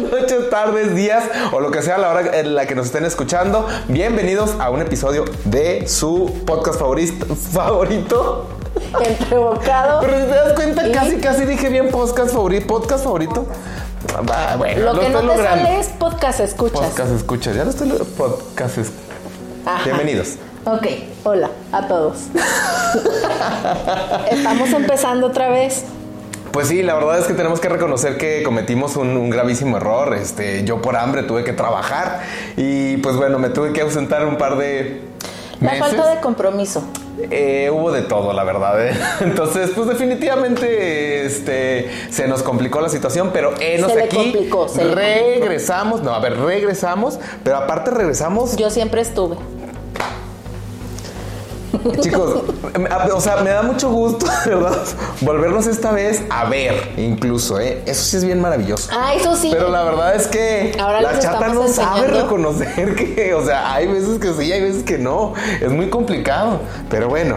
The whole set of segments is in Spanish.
noches, tardes, días o lo que sea a la hora en la que nos estén escuchando. Bienvenidos a un episodio de su podcast favorito. favorito. Entre bocado. Pero si te das cuenta, y- casi casi dije bien podcast favorito. Podcast favorito. Va, bueno, Lo que no estoy te logrando. sale es podcast escuchas. Podcast escucha, ya lo estoy lo- podcast es- Ajá. Bienvenidos. Ok, hola a todos. Estamos empezando otra vez. Pues sí, la verdad es que tenemos que reconocer que cometimos un, un gravísimo error. Este, yo por hambre tuve que trabajar y pues bueno, me tuve que ausentar un par de La meses. falta de compromiso. Eh, hubo de todo, la verdad. ¿eh? Entonces, pues definitivamente este, se nos complicó la situación, pero enos Se le aquí. complicó, se le complicó. regresamos, no, a ver, regresamos, pero aparte regresamos Yo siempre estuve. Chicos, me- a- o sea, me da mucho gusto, de ¿verdad? Volvernos esta vez a ver, incluso, ¿eh? Eso sí es bien maravilloso. Ah, eso sí. Pero la verdad es que Ahora la les chata estamos no sabe enseñando. reconocer que, o sea, hay veces que sí, hay veces que no. Es muy complicado. Pero bueno,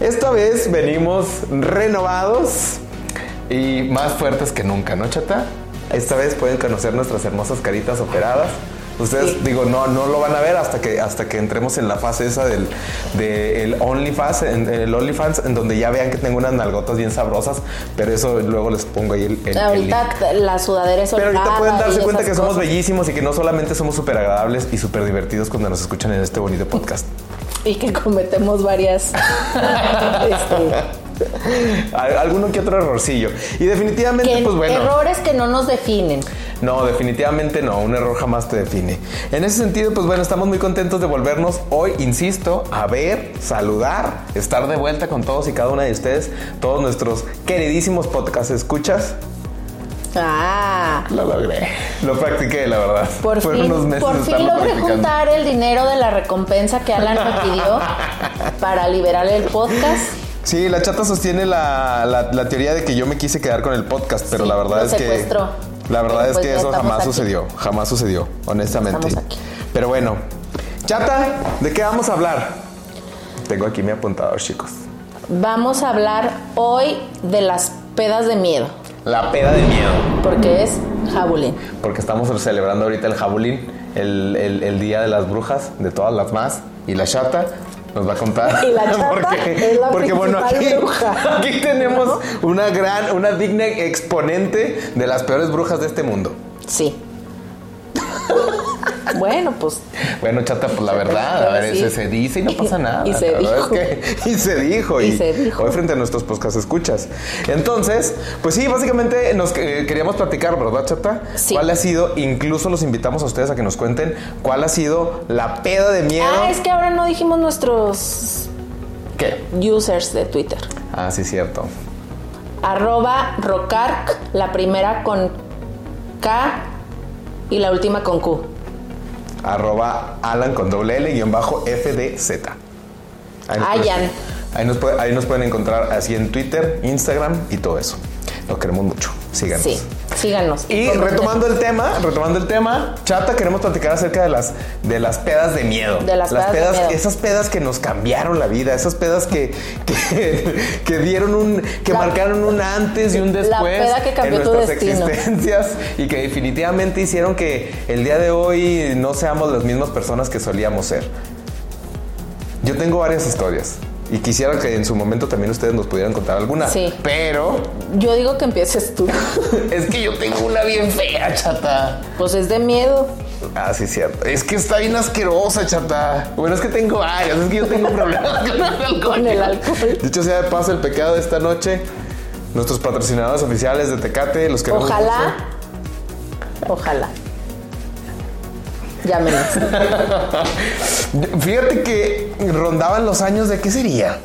esta vez venimos renovados y más fuertes que nunca, ¿no, chata? Esta vez pueden conocer nuestras hermosas caritas operadas. Ustedes, Sí. digo, no, no lo van a ver hasta que, hasta que entremos en la fase esa del, del OnlyFans, en, el OnlyFans, en donde ya vean que tengo unas nalgotas bien sabrosas, pero eso luego les pongo ahí el, el- el link. Ahorita la sudadera es Pero ahorita holgada pueden y darse esas cuenta que somos cosas. bellísimos y que no solamente somos súper agradables y súper divertidos cuando nos escuchan en este bonito podcast. Y que cometemos varias. Pues este, Al- Alguno que otro errorcillo. Y definitivamente, que- pues bueno. Errores que no nos definen. No, definitivamente no, un error jamás te define. En ese sentido, pues bueno, estamos muy contentos de volvernos hoy, insisto, a ver, saludar, estar de vuelta con todos y cada una de ustedes, todos nuestros queridísimos podcast escuchas. Ah. Lo logré. Lo practiqué, la verdad. Por Fueron fin, unos meses por de fin estarlo logré practicando. juntar el dinero de la recompensa que Alan me pidió para liberar el podcast. Sí, la chata sostiene la, la- la teoría de que yo me quise quedar con el podcast, pero Sí, la verdad lo es que. secuestró. La verdad Pero es pues que ya eso estamos jamás aquí. sucedió. Jamás sucedió, honestamente. Estamos aquí. Pero bueno. Chata, ¿de qué vamos a hablar? Tengo aquí mi apuntador, chicos. Vamos a hablar hoy de las pedas de miedo, La peda de miedo. Mm. porque es jabulín. Porque estamos celebrando ahorita el jabulín, el, el- el día de las brujas, de todas las más. Y la chata nos va a contar. Y la chata es la porque bueno, aquí, principal bruja. aquí tenemos una gran, una digna exponente de las peores brujas de este mundo. Sí. bueno, pues Bueno, chata, pues la verdad, a ver, se, se dice y no pasa nada. Y se la verdad dijo. es que- y se dijo. Y se dijo. Hoy frente a nuestros podcast escuchas. Entonces, pues sí, básicamente nos eh, queríamos platicar, ¿verdad, chata? Sí. ¿Cuál ha sido, incluso los invitamos a ustedes a que nos cuenten, cuál ha sido la peda de miedo? Ah, es que ahora no dijimos nuestros ¿Qué? users de Twitter. Ah, sí, cierto. Arroba Rocarc, la primera con K y la última con Q. Arroba Alan con doble L guión bajo FDZ. Ahí nos Ayan. pueden- Ahí nos, puede- ahí nos pueden encontrar así en Twitter, Instagram y todo eso. Los queremos mucho. Síganos. Sí, síganos. Y Comenten. retomando el tema, retomando el tema, chata, queremos platicar acerca de las de las pedas de miedo. De las pedas de miedo. esas pedas que nos cambiaron la vida, esas pedas que que, que dieron un que La- marcaron un antes y un después peda que cambió en tu nuestras destino. existencias y que definitivamente hicieron que el día de hoy no seamos las mismas personas que solíamos ser. Yo tengo varias historias y quisiera que en su momento también ustedes nos pudieran contar algunas, Sí. pero Yo digo que empieces tú. es que yo tengo una bien fea, chata. Pues es de miedo. Ah, sí, cierto. Es que está bien asquerosa, chata. Bueno, es que tengo varias. Es que yo tengo problemas con el alcohol. Con el alcohol. Dicho sea de paso, el pecado de esta noche. Nuestros patrocinadores oficiales de Tecate, los queremos Ojalá. Ojalá. Llámenos. mucho. Fíjate que rondaban los años de qué sería.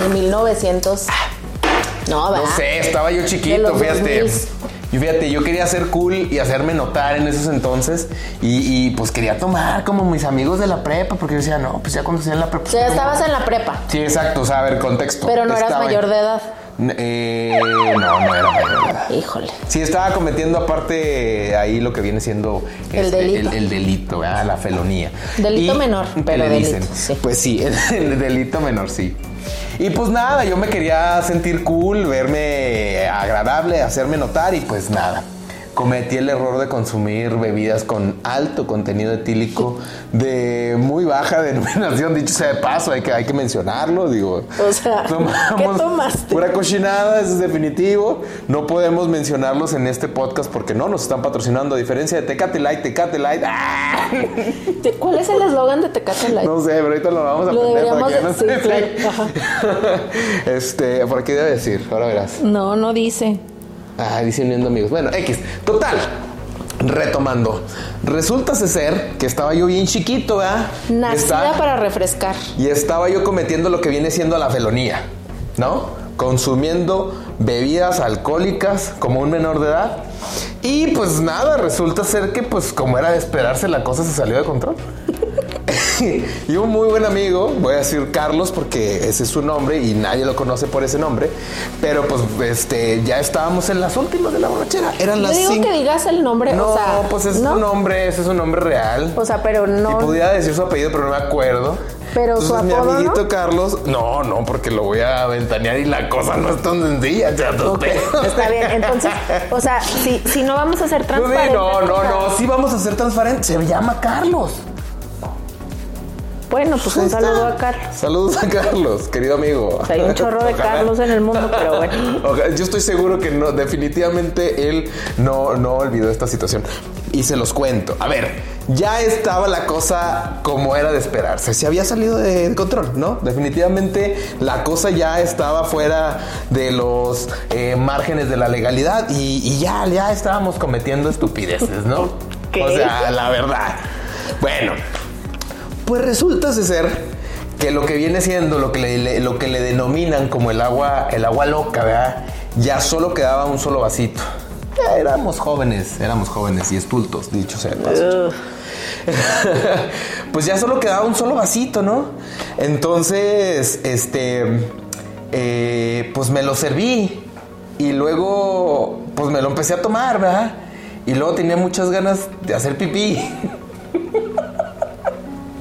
De 1900. No, ¿verdad? No sé, estaba yo De chiquito, los fíjate. 2000s. Y fíjate, yo quería ser cool y hacerme notar en esos entonces. Y, y, pues quería tomar como mis amigos de la prepa, porque yo decía, no, pues ya cuando estoy en la prepa. O sea, estabas en la prepa, Sí, exacto, o sea, a ver, contexto. pero no eras Estaba en- mayor de edad. Eh, no, no era mayor de edad. Híjole. Sí, estaba cometiendo aparte eh, ahí lo que viene siendo este, El delito. el- el delito, ¿verdad? la felonía. Delito Y- menor, ¿qué pero le delito, dicen? sí. Pues sí, el, el delito menor, sí. Y pues nada, yo me quería sentir cool, verme agradable, hacerme notar y pues nada. cometí el error de consumir bebidas con alto contenido etílico de muy baja denominación, dicho sea de paso, hay que, hay que mencionarlo, digo. O sea, ¿qué tomaste? Pura cochinada, eso es definitivo. No podemos mencionarlos en este podcast porque no nos están patrocinando, a diferencia de Tecate Light, Tecate Light. ¡ah! Te- ¿Cuál es el eslogan de Tecate Light? No sé, pero ahorita lo vamos a Lo aprender deberíamos para que no de- se- sí, claro, Este, por aquí debe decir, ahora verás. No, no dice. Ah, dice uniendo amigos. Bueno, X. Total. Retomando. Resulta ser que estaba yo bien chiquito, ¿verdad? Nacida Está- para refrescar. Y estaba yo cometiendo lo que viene siendo la felonía, ¿no? Consumiendo bebidas alcohólicas como un menor de edad. Y pues nada, resulta ser que pues como era de esperarse la cosa se salió de control. y un muy buen amigo, voy a decir Carlos porque ese es su nombre y nadie lo conoce por ese nombre, pero pues este ya estábamos en las últimas de la borrachera, eran Yo las digo cinco. que digas el nombre, No, o sea, pues ese es un nombre, ese es un nombre real. O sea, pero Y no. pudiera decir su apellido, pero no me acuerdo. Pero su Entonces, apodo, mi amiguito ¿no? Carlos, no, no, porque lo voy a ventanear y la cosa no es tan sencilla, chato. Está bien, entonces, o sea, si, si no vamos a ser Pues sí, transparentes. no, o no, sea, no, sí vamos a ser transparentes. Se llama Carlos. Bueno, pues Ahí un está. saludo a Carlos. Saludos a Carlos, querido amigo. O sea, hay un chorro de Ojalá. Carlos en el mundo, pero bueno. Ojalá, Yo estoy seguro que no, definitivamente él no, no olvidó esta situación. Y se los cuento. A ver, ya estaba la cosa como era de esperarse. Se había salido de control, ¿no? Definitivamente la cosa ya estaba fuera de los eh, márgenes de la legalidad y, y ya, ya estábamos cometiendo estupideces, ¿no? O sea, la verdad. Bueno, pues resulta ser que lo que viene siendo lo que le, le- lo que le denominan como el agua, el agua loca, ¿verdad? Ya solo quedaba un solo vasito. Ya éramos jóvenes, éramos jóvenes y estultos, dicho sea de paso. pues ya solo quedaba un solo vasito, ¿no? Entonces, este, eh, pues me lo serví y luego, pues me lo empecé a tomar, ¿verdad? Y luego tenía muchas ganas de hacer pipí.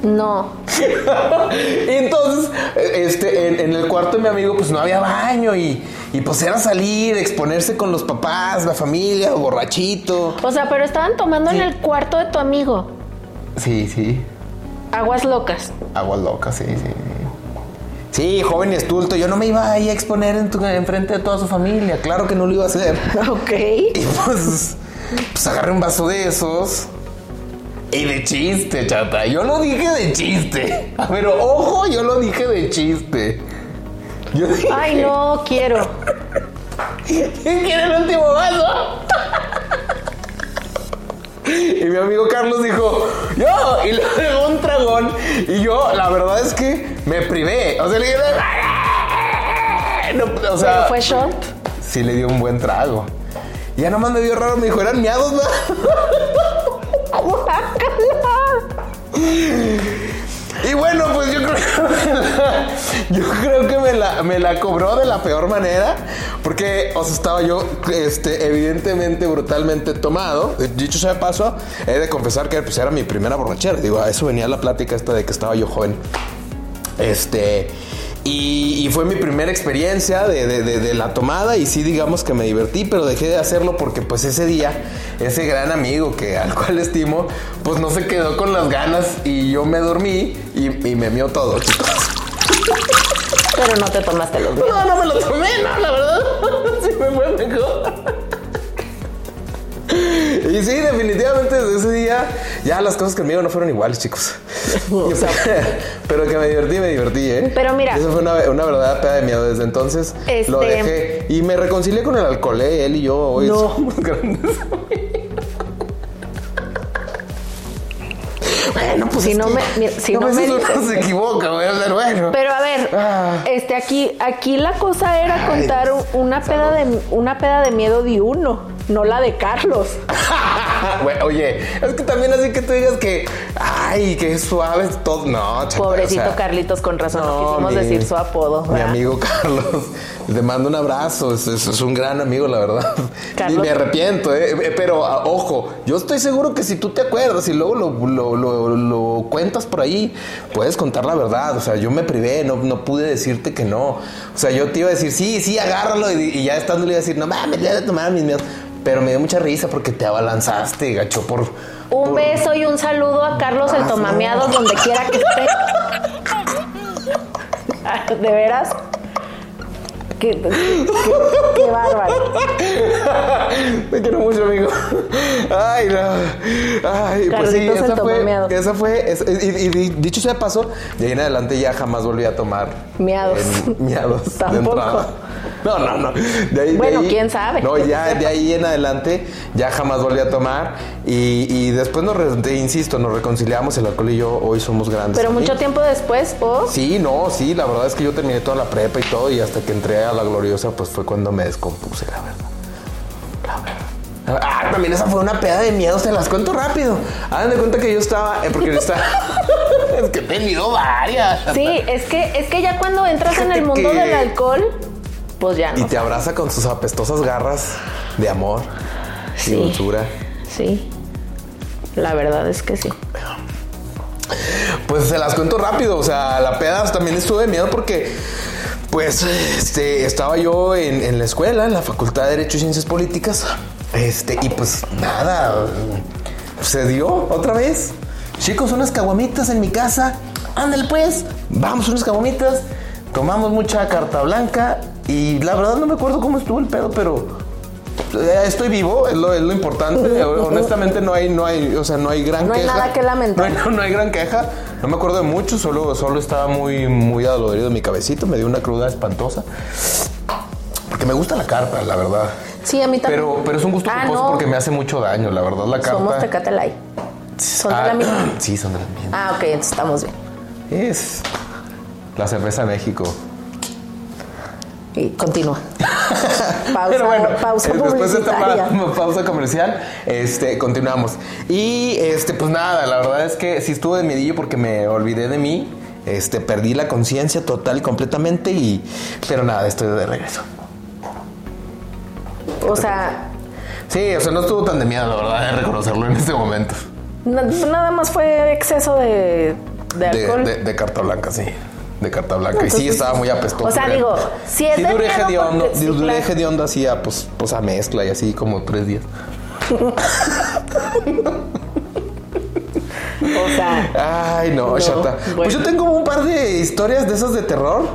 No. Y entonces, este, en, en el cuarto de mi amigo, pues no había baño y, y, pues era salir, exponerse con los papás, la familia, borrachito. O sea, pero estaban tomando en el cuarto de tu amigo. Sí, sí. Aguas locas. Aguas locas, sí, sí. Sí, joven y estulto, yo no me iba ahí a exponer en, tu, en frente de toda su familia, claro que no lo iba a hacer. Ok. Y pues, pues agarré un vaso de esos. Y de chiste, chata. Yo lo dije de chiste. Pero ojo, yo lo dije de chiste. Yo dije- Ay, no quiero. Ah. ¿Quién quiere el último vaso? Y mi amigo Carlos dijo, yo, y le pegó un tragón. Y yo, la verdad es que me privé. O sea, le dije, no, o sea, ¿Fue short? sí le dio un buen trago. Y ya nomás me vio raro, me dijo, eran miados, ¿no? Y bueno, pues yo creo que me la, yo creo que me la, me la cobró de la peor manera, porque o sea, estaba yo este, evidentemente brutalmente tomado. Dicho sea de paso, he de confesar que pues, era mi primera borrachera. Digo, a eso venía la plática esta de que estaba yo joven. Este. Y, y fue mi primera experiencia de, de- de- de la tomada y sí digamos que me divertí, pero dejé de hacerlo porque pues ese día, ese gran amigo que al cual estimo, pues no se quedó con las ganas y yo me dormí y, y me mió todo, chicos. Pero no te tomaste los míos. No, no me lo tomé, no, la verdad. Sí me fue mejor. Y sí, definitivamente desde ese día ya las cosas conmigo no fueron iguales, chicos. pero que me divertí, me divertí, ¿eh? Pero mira. Eso fue una, una verdadera peda de miedo. Desde entonces lo Este- dejé. Y me reconcilié con el alcohol, ¿eh? Él y yo hoy No. somos grandes amigos. Bueno, pues Si es no que pues me- mira, si a no me veces uno dices- se equivoca, güey, pero bueno. Pero a ver, Ah. este aquí, aquí la cosa era Ay, contar Dios. una peda de una peda de miedo diurno, no la de Carlos. Güey, Oye, es que también así que tú digas que, ay, que es suave es todo. No, chata, Pobrecito o sea, Carlitos, con razón no, quisimos mi- decir su apodo. Mi ¿verdad? amigo Carlos, te mando un abrazo. Es, es- es un gran amigo, la verdad. Carlos. Y me arrepiento, eh, eh, pero ah, ojo, yo estoy seguro que si tú te acuerdas y luego lo, lo- lo- lo cuentas por ahí, puedes contar la verdad. O sea, yo me privé, no, no pude decirte que no. O sea, yo te iba a decir, sí, sí, agárralo. Y, y ya estando le iba a decir, no mames, ya de tomar mis miedos. Pero me dio mucha risa porque te abalanzaste, gacho, por. Un por- beso y un saludo a Carlos el Tomameados donde quiera que esté. Ah, De veras. Qué, qué- qué bárbaro. Te quiero mucho, amigo. Ay, no. Ay, pues sí, Carlitos el esa fue, tomameado. esa fue. es- y, y- y dicho sea de paso, de ahí en adelante ya jamás volví a tomar. Miados. en- miados. de Tampoco. entrada. No, no, no. De ahí- de Bueno, ahí- quién sabe. No, ya de ahí en adelante ya jamás volví a tomar. Y, y después nos, re- te insisto, nos reconciliamos. El alcohol y yo hoy somos grandes. Pero mucho amigos. tiempo después, oh, ¿o? Sí, no, sí, la verdad es que yo terminé toda la prepa y todo, y hasta que entré a la gloriosa, pues fue cuando me descompuse, la verdad. La verdad. Ah, también esa fue una peda de miedo, se las cuento rápido. Hagan de cuenta que yo estaba, eh, porque estaba. es que he tenido varias. Sí, es que, es que ya cuando entras en Fíjate el mundo que- del alcohol, pues ya Y no. te abraza con sus apestosas garras de amor y Sí. dulzura. Sí. La verdad es que sí. Pues se las cuento rápido, o sea, la peda también estuve de miedo porque, pues, este, estaba yo en, en la escuela, en la Facultad de Derecho y Ciencias Políticas, este, y pues nada, se dio otra vez. Chicos, unas caguamitas en mi casa, ándale pues, vamos unas caguamitas, tomamos mucha carta blanca y la verdad no me acuerdo cómo estuvo el pedo, pero eh, Estoy vivo, es lo, es lo importante. Honestamente, no hay, no hay, o sea, no hay gran No hay queja. nada que lamentar. No hay, no hay gran queja. No me acuerdo de mucho, solo, solo estaba muy, muy adolorido mi cabecito. Me dio una cruda espantosa. Porque me gusta la carta, la verdad. Sí, a mí también. Pero, pero es un gusto Ah, culposo no. porque me hace mucho daño, la verdad, la carta. Somos Tecatelay. Son de Ah, la misma. Sí, son de la misma. Ah, ok, entonces estamos bien. Es la cerveza México. Y continúa. Pausa, Pero bueno, pausa eh, después de esta publicitaria. pa- pausa comercial, este, continuamos. Y este, pues nada, la verdad es que sí estuve de medillo porque me olvidé de mí. Este, perdí la conciencia total y completamente y. Pero nada, estoy de regreso. O sea, Sí, o sea, no estuvo tan de miedo, la verdad, de reconocerlo en este momento. na- nada más fue exceso de, de alcohol. de, de carta blanca, sí. De carta blanca. y sí, entonces- estaba muy apestoso. O sea, digo, si es sí, de duré miedo, hediondo, porque sí, duré claro. hediondo así a, pues, pues a mezcla y así como tres días. O sea, Ay, no, No, chata. Pues bueno. yo tengo un par de historias de esas de terror,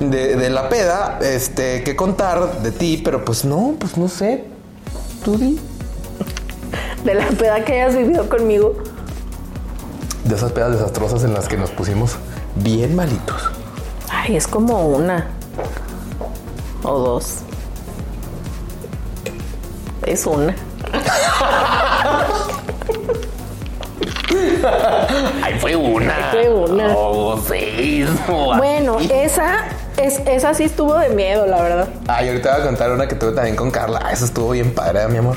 de, de la peda, este, que contar de ti, pero pues no, pues no sé. Tú di. de la peda que hayas vivido conmigo. De esas pedas desastrosas en las que nos pusimos bien malitos. Ay, es como una. O dos. Es una. Ay, fue una. Fue una. Oh, seis. Bueno, esa, es, esa sí estuvo de miedo, la verdad. Ay, ahorita voy a contar una que tuve también con Carla. Ah, eso estuvo bien padre, mi amor.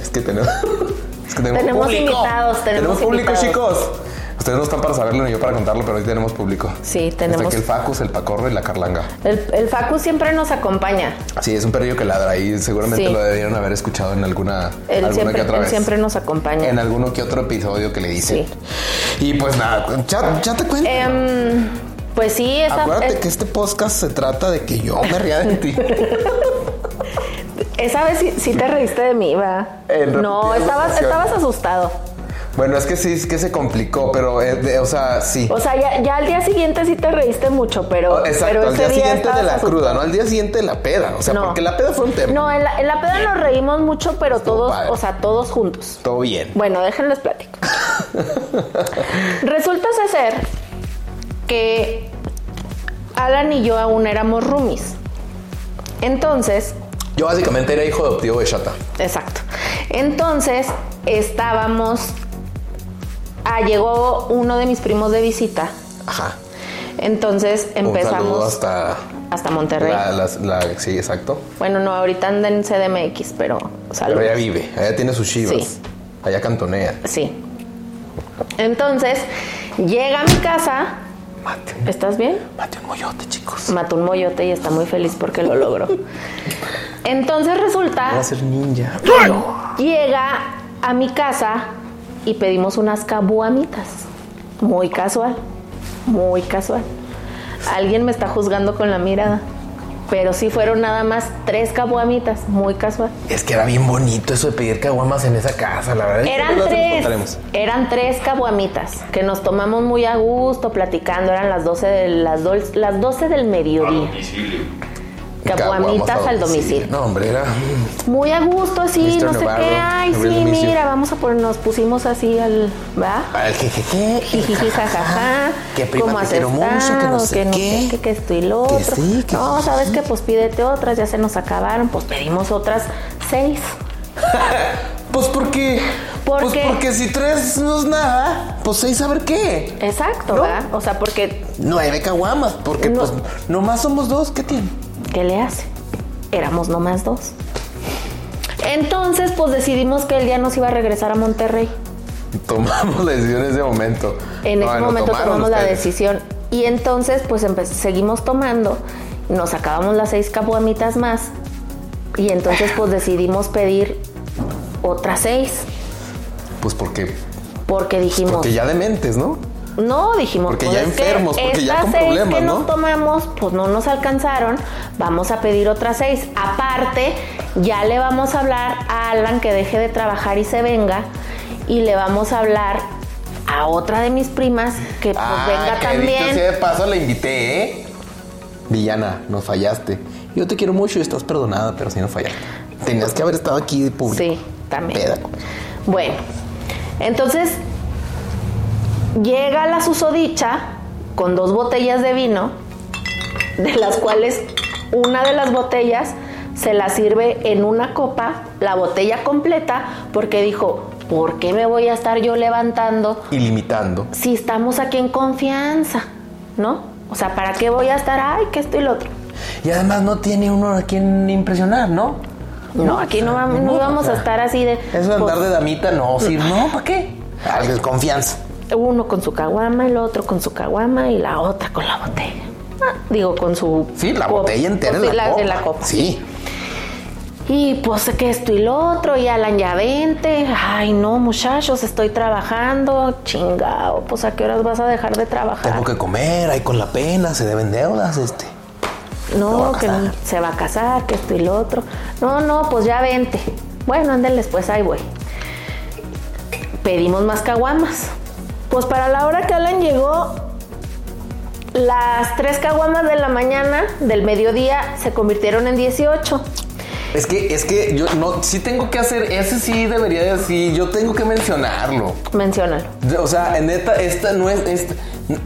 Es que tenemos. Es que tenemos, Tenemos público. invitados, tenemos público, invitados. chicos. Ustedes no están para saberlo ni yo para contarlo, pero hoy tenemos público. Sí, tenemos. Está aquí el Facus, el Pacorro y la Carlanga. El, el Facu siempre nos acompaña. Sí, es un perrillo que ladra y seguramente Sí. lo debieron haber escuchado en alguna, Él alguna que siempre, otra él vez. siempre nos acompaña. En alguno que otro episodio que le dicen. Y pues nada, ya, ya te cuento. Em, pues sí, esa, Acuérdate es- que este podcast se trata de que yo me ría de ti. esa vez sí, sí te reíste de mí, va. En No, repetidas estabas, ocasiones. estabas asustado. bueno, es que sí, es que se complicó, pero, eh, de- o sea, sí. O sea, ya, ya al día siguiente sí te reíste mucho, pero, Oh, Exacto, al pero ese día día siguiente de estabas la asustado. cruda, ¿no? Al día siguiente de la peda. O sea, No. porque la peda fue un tema. No, en la, en la peda nos reímos mucho, pero Estuvo todos, padre. o sea, todos juntos. Todo bien. Bueno, déjenles platico. Resulta ser que Alan y yo aún éramos roomies. Entonces, Yo básicamente era hijo adoptivo de Shata. Exacto. Entonces estábamos. Ah, llegó uno de mis primos de visita. Ajá. Entonces Un saludo empezamos hasta hasta Monterrey. la, las- la- sí, exacto. Bueno, no, ahorita anda en CDMX, pero Pero saludos. ella vive, ella tiene sus chivas. Sí. Allá cantonea. Sí. Entonces llega a mi casa. Mate, ¿Estás bien? mate un moyote, chicos. Mató un moyote y está muy feliz porque lo logró. Entonces resulta. Va a ser ninja. Llega a mi casa y pedimos unas cabuamitas. Muy casual, muy casual. Alguien me está juzgando con la mirada. Pero sí fueron nada más tres caguamitas, muy casual. Es que era bien bonito eso de pedir caguamas en esa casa, la verdad. Eran Las tres, encontraremos. eran tres caguamitas que nos tomamos muy a gusto platicando, eran las 12, de, las dol- las 12 del A mediodía. domicilio. Caguamitas Caguamas a al domicilio. No, hombre, era. Muy a gusto, así, Mr. no sé Navarro, qué. Ay, Gabriel sí, Domicio. mira, vamos a poner, nos pusimos así al, ¿va? Al jejeje. Jijiji, jajaja. Que prima ¿cómo te has quiero mucho, que no estado? sé qué. que, que esto y lo Que otro. sí, que no, jijiji. ¿sabes qué? Pues pídete otras, ya se nos acabaron. Pues pedimos otras seis. Pues porque. ¿Por pues qué? porque si tres no es nada, pues seis a ver qué. Exacto, ¿No? ¿verdad? O sea, porque, Nueve caguamas, porque No. pues nomás somos dos, ¿qué tiene? ¿qué le hace? Éramos nomás dos. Entonces, pues decidimos que el día nos iba a regresar a Monterrey. Tomamos la decisión en ese momento. En ese Bueno, momento tomaron tomamos la ustedes. decisión. Y entonces, pues empe- seguimos tomando. Nos acabamos las seis caguamitas más. Y entonces, pues decidimos pedir otras seis. Pues porque, Porque dijimos. porque ya dementes, ¿no? No, dijimos. Porque pues, ya es que enfermos, porque ya estas con seis problemas, que ¿no? nos tomamos, pues no nos alcanzaron. Vamos a pedir otras seis. Aparte, ya le vamos a hablar a Alan que deje de trabajar y se venga. Y le vamos a hablar a otra de mis primas que pues venga Ah, que dicho también. sea de paso la invité, ¿eh? Villana, nos fallaste. Yo te quiero mucho y estás perdonada, pero si no fallaste. Tenías que haber estado aquí de público. Sí, también. Peda. Bueno, entonces llega la susodicha con dos botellas de vino, de las cuales una de las botellas se la sirve en una copa, la botella completa, porque dijo, ¿por qué me voy a estar yo levantando Y limitando. si estamos aquí en confianza? ¿No? O sea, ¿para qué voy a estar, ay, que esto y lo otro? Y además no tiene uno a quien impresionar, ¿no? No, aquí no, vamos, no, no o vamos a sea, estar así de... Eso de pues, andar de damita, no. Sí, no, ¿para qué? Algo de confianza. uno con su caguama, el otro con su caguama y la otra con la botella. Ah, digo, con su... Sí, la cop- botella entera sí, en la, copa. en la copa. Sí. Y pues que esto y lo otro, y Alan ya vente. Ay, no, muchachos, estoy trabajando. Chingao, pues a qué horas vas a dejar de trabajar. Tengo que comer, ahí con la pena, se deben deudas, este. me No, voy a que casar. se va a casar, que esto y lo otro. No, no, pues ya vente. Bueno, ándenles, pues ahí voy. Pedimos más caguamas. Pues para la hora que Alan llegó, las tres caguamas de la mañana, del mediodía, se convirtieron en 18. Es que, es que yo no, sí tengo que hacer, ese sí debería de, sí, yo tengo que mencionarlo. Menciónalo. O sea, neta, esta no es, es,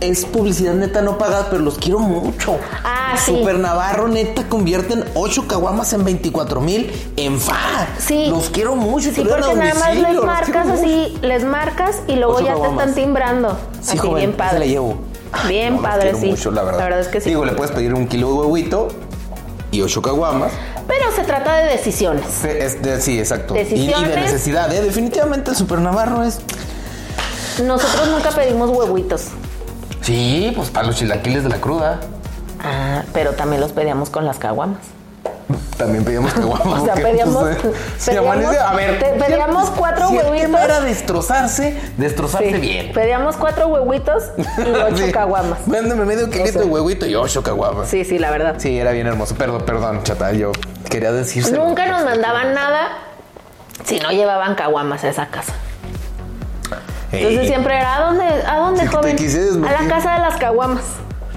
es publicidad neta no pagada, pero los quiero mucho. Ah, sí. Super Navarro neta convierten 8 caguamas en 24 mil en fa. Sí. Los quiero mucho. y Sí, entregan a porque nada más domicilio, los les marcas quiero así, les marcas y luego Ocho ya te caguamas. están timbrando. Sí, así joven, bien se padre. la llevo. Bien No, los padre, quiero sí. mucho, la, verdad. es que sí. Digo, le puedes pedir un kilo de huevito y 8 caguamas. Pero se trata de decisiones. Sí, es de- sí, exacto. Y- Y, Decisiones. de necesidad, ¿eh? Definitivamente el Super Navarro es. Nosotros nunca pedimos huevitos, Sí, pues para los chilaquiles de la cruda. Ah, pero también los pedíamos con las caguamas. También pedíamos caguamas. O sea, porque, pedíamos- pues, eh, si pedíamos- amanece- a ver. te- pedíamos si- cuatro si El huevitos. tema era destrozarse, destrozarse bien. Pedíamos cuatro huevitos y ocho Sí. caguamas. Véndeme medio kilito de huevito y ocho caguamas. Sí. Sí, sí, la verdad. era bien hermoso. Perdón, perdón, chata, yo quería Este, decirse. Nunca nos mandaban nada si no llevaban caguamas a esa casa. eh, Entonces siempre era, ¿a dónde, a dónde Sí, que te joven? quise a desmentir. la casa de las caguamas.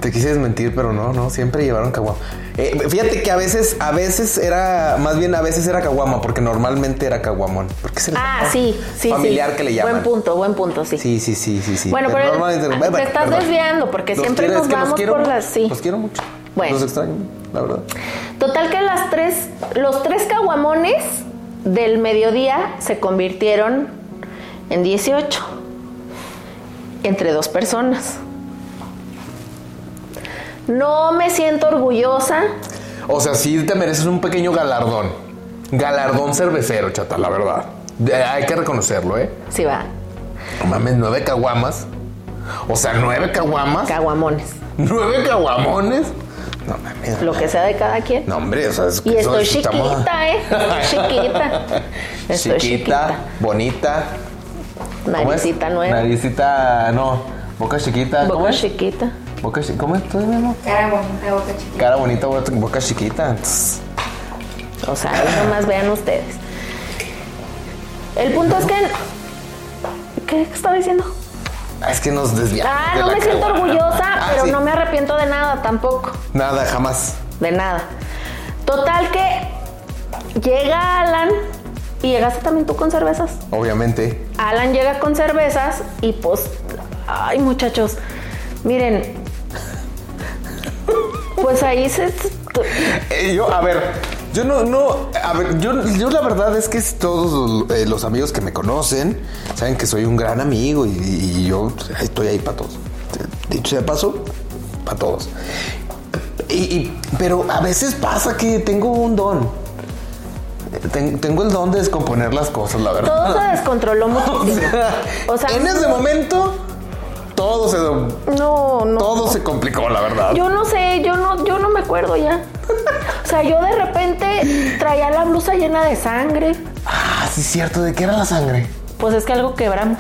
Te quise desmentir, pero no, no, siempre llevaron caguama. Eh, fíjate que a veces, a veces era, más bien a veces era caguama, porque normalmente era caguamón. Porque se le Ah, llamaba sí, sí, Familiar sí. que le llaman. Buen punto, buen punto, sí. Sí, sí, sí, sí, sí. Bueno, pero normalmente- ah, bueno, te estás perdón. desviando, porque Los siempre quiero, nos es que los vamos quiero por mucho, las- sí. Los quiero mucho. Bueno. Los extraño, la verdad. Total que las tres, los tres caguamones del mediodía se convirtieron en 18 entre dos personas. No me siento orgullosa, O sea, sí te mereces un pequeño galardón. Galardón cervecero, chata, la verdad. De- hay que reconocerlo, ¿eh? sí va, No Mames, nueve caguamas. O sea, nueve caguamas. caguamones, nueve caguamones. No mames. lo que sea de cada quien. No, hombre, o sea, es que Y eso estoy es- estamos- chiquita, ¿eh? Estoy chiquita. Estoy chiquita, chiquita. bonita. ¿Cómo es? Naricita nueva. Naricita, no. Boca chiquita. ¿cómo Boca es? chiquita. Boca chi- ¿Cómo es? ¿Tú mismo? Cara bonita, boca chiquita. Cara bonita, boca- boca chiquita. Tss. O sea, ahí nomás vean ustedes. El punto es que. ¿Qué estaba diciendo? Ah, Es que nos desviamos. Ah, de no la me siento caguama. orgullosa, Ah, pero sí. no me arrepiento de nada tampoco. Nada, jamás. De nada. Total que llega Alan y llegaste también tú con cervezas. Obviamente. Alan llega con cervezas y pues, ay muchachos, miren, pues ahí se... Eh, yo, a ver, yo no, no, a ver, yo, yo la verdad es que es todos los, eh, los amigos que me conocen saben que soy un gran amigo y, y yo estoy ahí para todos. Dicho de paso, para todos. Y, y- pero a veces pasa que tengo un don. Ten- tengo el don de descomponer las cosas, la verdad. Todo se descontroló muchísimo. O sea, en ese momento, todo se, No, no. todo se complicó, la verdad. Yo no sé, yo no, yo no me acuerdo ya. O sea, yo de repente traía la blusa llena de sangre. Ah, sí, es cierto, ¿de qué era la sangre? Pues es que algo quebramos.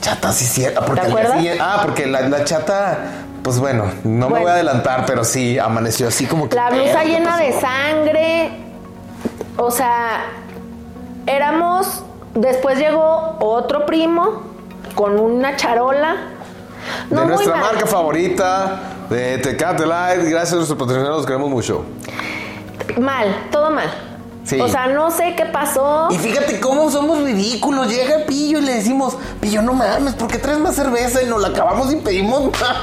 Chata, sí, cierto. Porque al ¿Te día acuerdas? siguiente- ah, porque la, la chata, pues bueno, no me Bueno. voy a adelantar, pero sí, amaneció así como que. La blusa "Pero, ¿qué llena pasó?". de sangre. O sea, éramos. Después llegó otro primo con una charola. De muy nuestra mal. marca favorita, de Tecate Light. Gracias a nuestros patrocinadores, los queremos mucho. Mal, todo mal. Sí. O sea, no sé qué pasó. Y fíjate cómo somos ridículos. Llega Pillo y le decimos, Pillo, no mames, ¿por qué traes más cerveza? Y nos la acabamos y pedimos más.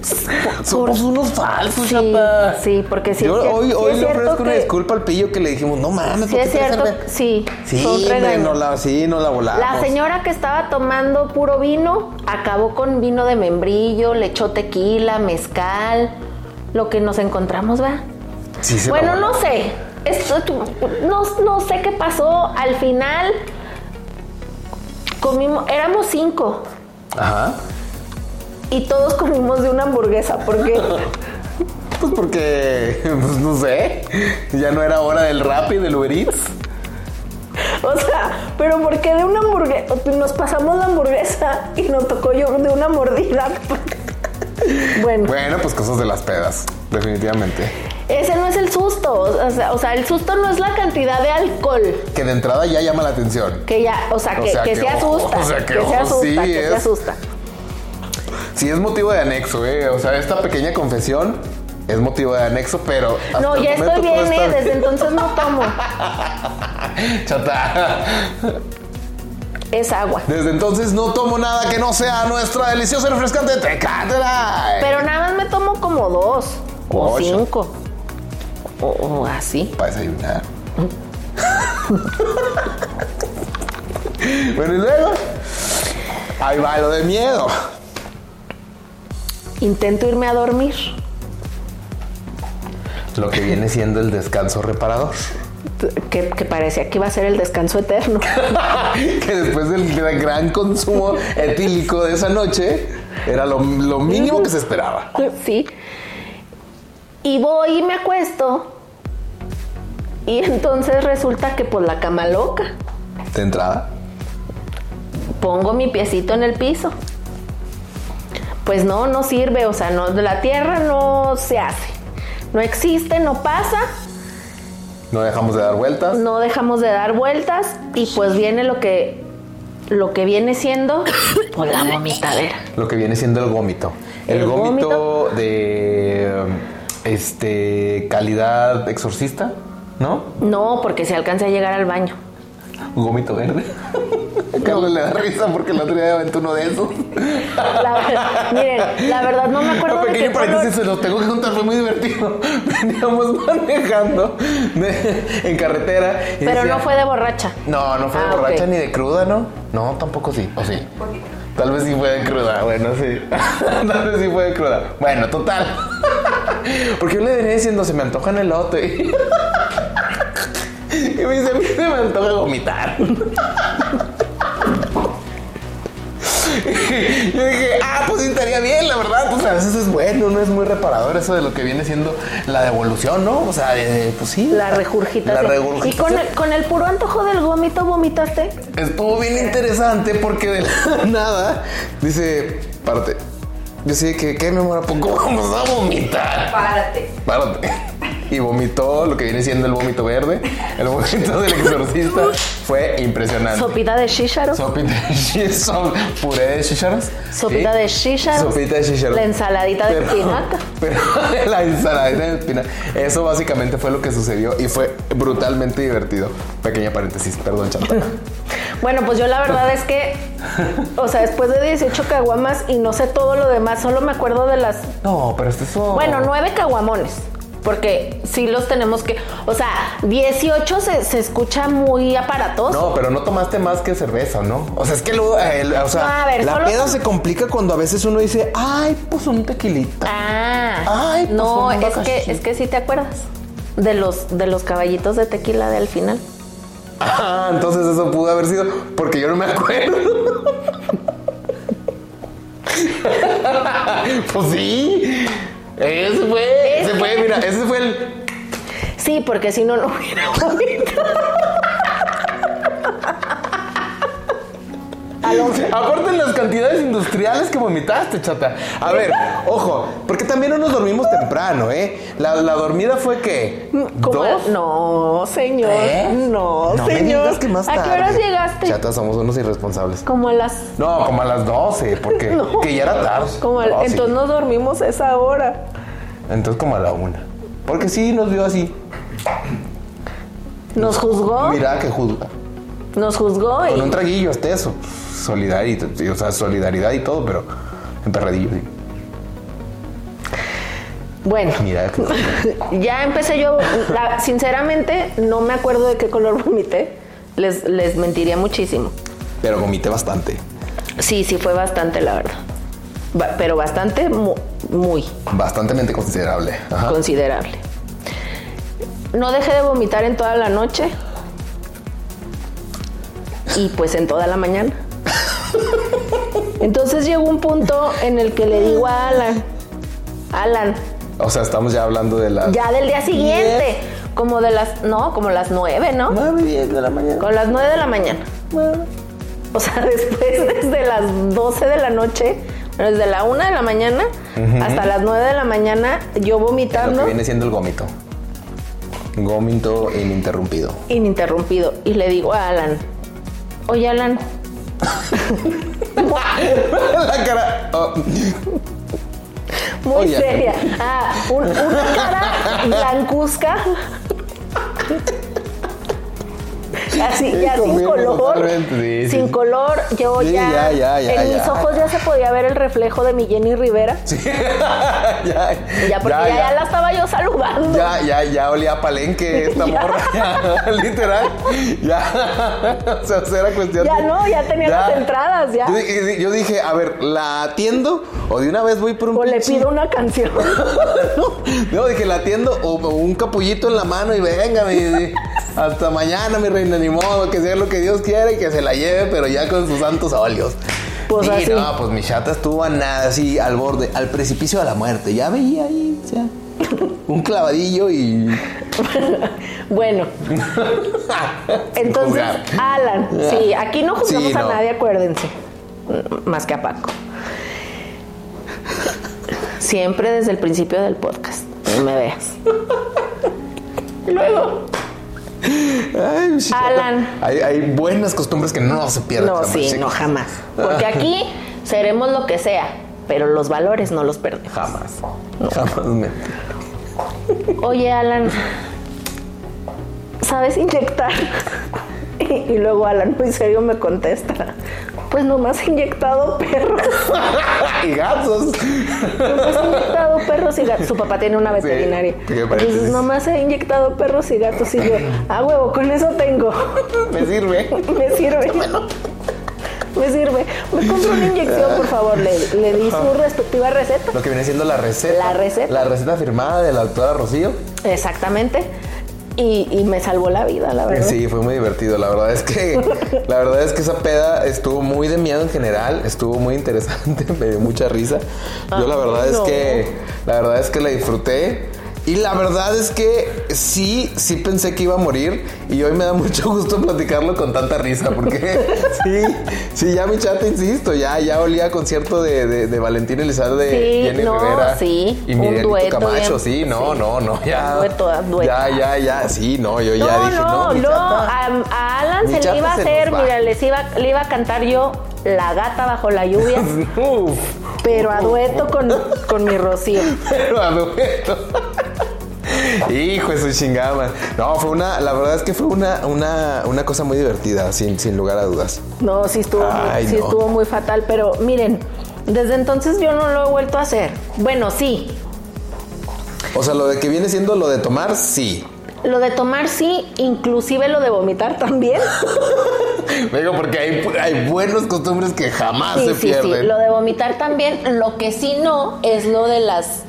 Somos unos falsos, Sí, chapa. sí, porque sí. Yo es cier- hoy, sí hoy es le cierto ofrezco una que- disculpa al Pillo que le dijimos, no mames, Sí, ¿por qué es traes cierto. cerveza? Sí, Sí, fue un hombre, regaño. no la, sí, no la volamos. La señora que estaba tomando puro vino acabó con vino de membrillo, le echó tequila, mezcal, lo que nos encontramos, ¿verdad? Sí, se la Bueno, volamos. no sé. Esto, tú- no, no sé qué pasó. Al final, comimos, éramos cinco Ajá. y todos comimos de una hamburguesa porque Pues porque, pues no sé, ya no era hora del rap y del Uber Eats. O sea, pero ¿por qué de una hamburguesa? Nos pasamos la hamburguesa y nos tocó yo de una mordida. Bueno, Bueno, pues cosas de las pedas, definitivamente. ese no es el susto. O sea, o sea, el susto no es la cantidad de alcohol. Que de entrada ya llama la atención. Que ya, o sea, O que, sea, que que se ojo, asusta. o sea, que que, se ojo, asusta, sí que se es. asusta. Sí, es motivo de anexo, ¿eh? O sea, esta pequeña confesión es motivo de anexo, pero. hasta No, el ya momento estoy todo bien, está ¿eh? Desde entonces no tomo. Chata. Es agua. Desde entonces no tomo nada que no sea nuestra deliciosa y refrescante Tecate Light. Pero nada más me tomo como dos o Ocho. cinco. O, o así. Para desayunar. bueno, y luego. Ahí va lo de miedo. Intento irme a dormir. Lo que viene siendo el descanso reparador. Que, que parecía que iba a ser el descanso eterno. que después del gra- gran consumo etílico de esa noche, era lo, lo mínimo que se esperaba. Sí. Y voy y me acuesto. Y entonces resulta que pues la cama loca. De entrada. Pongo mi piecito en el piso. Pues no, no sirve, o sea, no, la tierra no se hace. No existe, no pasa, No dejamos de dar vueltas. no dejamos de dar vueltas y pues viene lo que lo que viene siendo pues la vomitadera. Lo que viene siendo el gómito. El, El gómito, gómito. de este calidad exorcista, ¿no? No, porque se alcanza a llegar al baño. Un gómito verde. A Carlos le da risa porque la otra día aventó uno de esos. La ver- miren, la verdad no me acuerdo Un de qué pequeño color- paréntesis, se los tengo que contar, fue muy divertido. Veníamos manejando de- en carretera. y Pero decía- no fue de borracha. No, no fue de Ah, borracha ok. ni de cruda, ¿no? No, tampoco sí, o sí. Tal vez sí fue de cruda, bueno, sí. Tal vez sí fue de cruda. Bueno, total. Porque yo le venía diciendo, se me antoja en elote. Y me dice, a mí se me antoja vomitar. Yo dije, ah, pues sí estaría bien, la verdad. Pues a veces es bueno, no es muy reparador eso de lo que viene siendo la devolución, ¿no? O sea, eh, pues sí. La regurgitación. La regurgitación. Y con el, con el puro antojo del gómito vomitaste. Estuvo bien interesante porque de la nada dice, parte, Yo sí que, ¿qué, mi amor? ¿A poco vamos a vomitar? Párate. Párate. Y vomitó lo que viene siendo el vómito verde. El vómito del exorcista fue impresionante. Sopita de chícharo. Sopita de chícharos, puré de chícharos. Sopita Sí. de chícharos. Sopita de chícharos. La ensaladita de espinaca. Pero la ensaladita de espinaca. Eso básicamente fue lo que sucedió y fue brutalmente divertido. Pequeña paréntesis, perdón, chanta. Bueno, pues yo la verdad es que, o sea, después de 18 caguamas y no sé todo lo demás, solo me acuerdo de las No, pero esto es un- Bueno, nueve caguamones. Porque sí los tenemos que. O sea, 18 se, se escucha muy aparatoso. No, pero no tomaste más que cerveza, ¿no? O sea, es que luego, eh, el- o sea, A ver, la solo- peda se complica cuando a veces uno dice, ay, pues un tequilita. Ah. Ay, pues, no, un es que, bacachi. es que sí te acuerdas. De los, de los caballitos de tequila del final. Ah, entonces eso pudo haber sido porque yo no me acuerdo. pues sí. Ese fue, ese fue, mira, ese fue el. Sí, porque si no, no hubiera vomitado. Aparte las cantidades industriales que vomitaste, chata. A ver, ojo, porque también no nos dormimos temprano, ¿eh? La, la dormida fue que. ¿Cómo? No, señor. ¿Eh? No, No me señor. digas que más ¿A qué horas tarde. llegaste? Chata, somos unos irresponsables. Como a las. No, como a las 12, porque No. que ya era tarde. Como al- No, sí. entonces nos dormimos a esa hora. Entonces como a la una. Porque sí nos vio así. Nos juzgó. Mira que juzga. Nos juzgó y. Con un traguillo hasta eso. Solidaridad, y- o sea, solidaridad y todo, pero emperradillo. sí. Bueno. Mira que ya empecé yo, la- sinceramente no me acuerdo de qué color vomité, les, les mentiría muchísimo. Pero vomité bastante. Sí, sí fue bastante, la verdad. Ba- pero bastante, mu- muy Bastantemente considerable. Ajá. considerable. No dejé de vomitar en toda la noche y pues en toda la mañana. Entonces llegó un punto en el que le digo a Alan, Alan, O sea, estamos ya hablando de la. ya del día siguiente, como de las, no, como las nueve, ¿no? 9, 10 de la mañana. Con las 9 de la mañana. O sea, después desde las 12 de la noche, bueno, desde la 1 de la mañana hasta las 9 de la mañana, yo Lo vomitando que viene siendo el gómito. Gómito ininterrumpido. ininterrumpido. Y le digo a Alan, oye Alan, la cara. oh, muy Oye, Alan. seria, ah, un- una cara blancuzca. Así, Sí, ya sin conmigo, color. totalmente, sí, sin sí. color, yo Sí, ya, ya, ya, ya, En mis ya. ojos ya se podía ver el reflejo de mi Jenny Rivera. sí. ya, Ya, porque ya, ya la estaba yo saludando. Ya, ya, ya olía a palenque esta Ya. morra, ya, literal. Ya, o sea, o sea, era cuestión Ya de- no, ya tenía las entradas, ya. Yo, dije- yo dije, a ver, ¿la atiendo o de una vez voy por un O le pinche- pido una canción. No, dije, ¿la atiendo o, o un capullito en la mano y venga, mi- mi- hasta mañana, mi reina, ni modo, que sea lo que Dios quiera y que se la lleve, pero ya con sus santos óleos. Pues y así. no, pues mi chata estuvo a nada, así al borde, al precipicio de la muerte. Ya veía ahí, o sea, un clavadillo y bueno, entonces, Juzgar. Alan, sí, aquí no juzgamos Sí, no. a nadie, acuérdense. Más que a Paco. Siempre desde el principio del podcast. No me veas. Luego, Ay, mi chiquita. Alan. Hay, hay buenas costumbres que no se pierden. no, jamás, sí, chicos. no, jamás. Porque aquí seremos lo que sea, pero los valores no los perdemos. Jamás. Jamás. me- Oye, Alan, ¿sabes inyectar? Y, y luego Alan muy serio me contesta, pues nomás he inyectado perros, y gatos. nomás he inyectado perros y gatos. Su papá tiene una veterinaria. Sí, qué paréntesis. Entonces, nomás he inyectado perros y gatos y yo, ah, huevo, con eso tengo. Me sirve. Me sirve. Me sirve. Me compro una inyección, por favor. Le, le di su respectiva receta. Lo que viene siendo la receta. La receta. La receta firmada de la doctora Rocío. Exactamente. Y, y me salvó la vida, la verdad. Sí, fue muy divertido. La verdad es que la verdad es que esa peda estuvo muy de miedo en general, estuvo muy interesante, me dio mucha risa. Yo la Ay, verdad es no. que la verdad es que la disfruté. Y la verdad es que sí, sí pensé que iba a morir y hoy me da mucho gusto platicarlo con tanta risa porque sí, sí, ya mi chat, insisto, ya, ya olía a concierto de, de, de Valentín Elizalde, Sí, Jenny no, Rivera sí, y un Miguelito dueto Camacho, bien- sí, no, sí. no, no, ya, Dueto, dueto. ya, ya, ya, sí, no, yo ya dije, no, no, mi no, chata, a, a Alan mi se chata le iba a se hacer, nos va. mira, les iba, le iba a cantar yo La gata bajo la lluvia, uf, pero a dueto con, con mi Rocío. pero a dueto. Hijo de su chingada. man. No, fue una, la verdad es que fue una, una, una cosa muy divertida, sin, sin lugar a dudas. No, sí estuvo, muy- Ay, sí no. estuvo muy fatal, pero miren, desde entonces yo no lo he vuelto a hacer. Bueno, sí, O sea, lo de que viene siendo lo de tomar, sí. lo de tomar sí, inclusive lo de vomitar también. Digo, porque hay, hay buenas costumbres que jamás sí, Ah, se sí, pierden. sí, lo de vomitar también. Lo que sí no es lo de las,